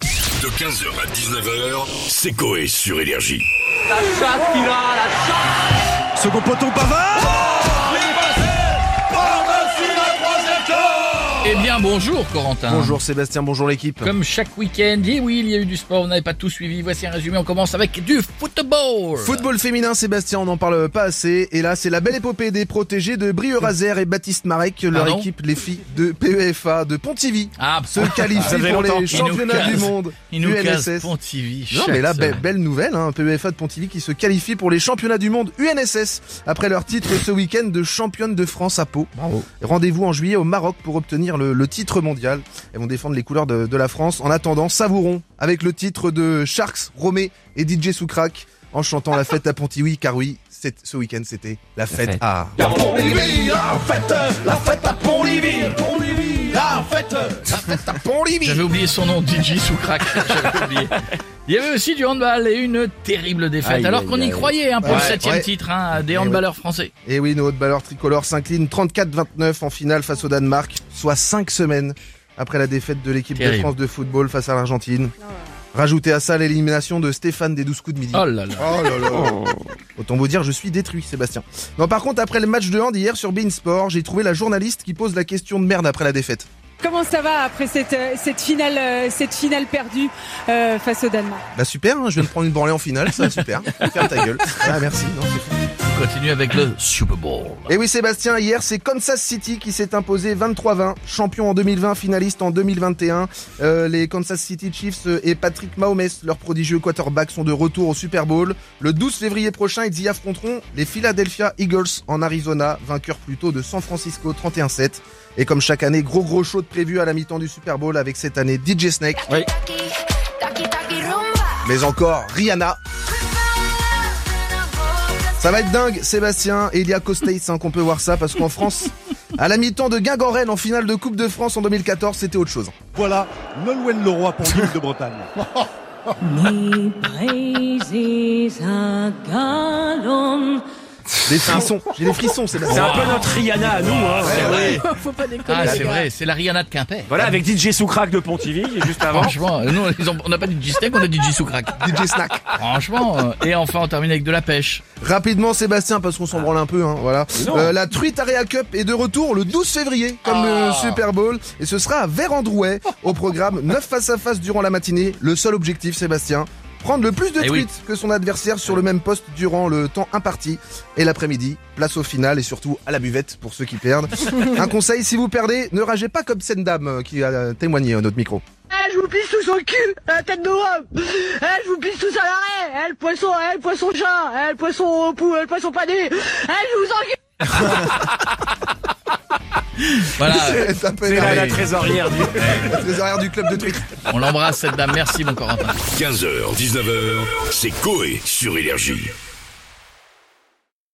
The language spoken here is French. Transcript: De 15h à 19h, c'est Coé sur Énergie. Second poteau Pavard Eh bien bonjour Corentin. Bonjour Sébastien, bonjour l'équipe. Comme chaque week-end, et oui, il y a eu du sport, vous n'avez pas tout suivi. Voici un résumé, on commence avec du football. Football féminin, Sébastien, on n'en parle pas assez. Et là, c'est la belle épopée des protégés de Brieux Razer et Baptiste Marek, leur Pardon équipe, les filles de PEFA de Pontivy, Ah, se qualifient pour les championnats case. du monde il nous casse UNSS. Pontivy. Non chaque mais là, be- semaine. belle nouvelle, hein, PEFA de Pontivy qui se qualifie pour les championnats du monde UNSS après leur titre ce week-end de championne de France à Pau. Bravo. Rendez-vous en juillet au Maroc pour obtenir le, le titre mondial. Elles vont défendre les couleurs de, de la France. En attendant, savourons avec le titre de Sharks, Romé et DJ Soukrak en chantant la fête à Pontivy, car oui, c'est- ce week-end c'était la fête, à... J'avais oublié son nom, DJ Soukrak. J'avais oublié. Il y avait aussi du handball et une terrible défaite. Aïe, alors aïe, qu'on y aïe. croyait hein, pour le Ouais, septième ouais. titre hein, à des Eh ouais. handballeurs français. Et oui, nos haute-balleurs tricolores s'inclinent 34-29 en finale face au Danemark, soit 5 semaines après la défaite de l'équipe de Terrible. France de football face à l'Argentine. Rajoutez à ça l'élimination de Stéphane des 12 coups de midi. Oh là là. Oh là là. Autant vous dire, je suis détruit, Sébastien. Non, par contre, après le match de hand hier sur Beansport, j'ai trouvé la journaliste qui pose la question de merde après la défaite. Comment ça va après cette, euh, cette, finale, euh, cette finale perdue euh, face au Danemark Bah super, hein, je viens de prendre une branlée en finale, ça super. Ferme ta gueule. Ah merci. Non, c'est fou. On continue avec le Super Bowl. Et oui, Sébastien, hier c'est Kansas City qui s'est imposé 23-20, champion en 2020, finaliste en 2021. Euh, les Kansas City Chiefs euh, et Patrick Mahomes, leur prodigieux quarterback, sont de retour au Super Bowl. Le 12 février prochain, ils y affronteront les Philadelphia Eagles en Arizona, vainqueurs plus tôt de San Francisco 31-7. Et comme chaque année, gros gros show de prévu à la mi-temps du Super Bowl avec cette année DJ Snake, mais encore Rihanna. Ça va être dingue, Sébastien. Et il y a qu'aux States hein, qu'on peut voir ça parce qu'en France, à la mi-temps de Guingamp-Rennes en finale de Coupe de France en 2014, c'était autre chose. Voilà Nolwenn Leroy pour l'île de Bretagne. Me praises un galon. Des frissons, j'ai des frissons, C'est Sébastien. un peu notre Rihanna à nous. Hein. Faut pas déconner. Ah, c'est vrai, c'est la Rihanna de Quimper. Voilà, avec DJ Soukrak de Pontivy, juste avant. Franchement, euh, nous ils ont- on n'a pas dit G-Steak, on a dit G-Soukrak. DJ Snack. Franchement, euh, et enfin on termine avec de la pêche. Rapidement, Sébastien, parce qu'on Ah. s'en branle un peu, hein, voilà. Euh, la truite Area Cup est de retour le 12 février, comme Ah. le Super Bowl, et ce sera à Vérandrouet, au programme 9 face à face durant la matinée. Le seul objectif, Sébastien, prendre le plus de Eh truites oui. que son adversaire sur le même poste durant le temps imparti. Et l'après-midi, place au final et surtout à la buvette pour ceux qui perdent. un conseil, si vous perdez, ne ragez pas comme cette dame euh, qui a euh, témoigné à notre micro. Eh, je vous pisse tous au cul, à la tête de homme. Eh, je vous pisse tous à l'arrêt. Eh, le poisson, eh, le poisson chat, eh, le poisson au pou, eh, le poisson pané. Eh, je vous encule. Voilà, Ça peut Ah, C'est énerver là la trésorière du. les horaires du club de truites. on l'embrasse cette dame, merci mon Corentin. 15h, 19h, c'est Coé sur Énergie.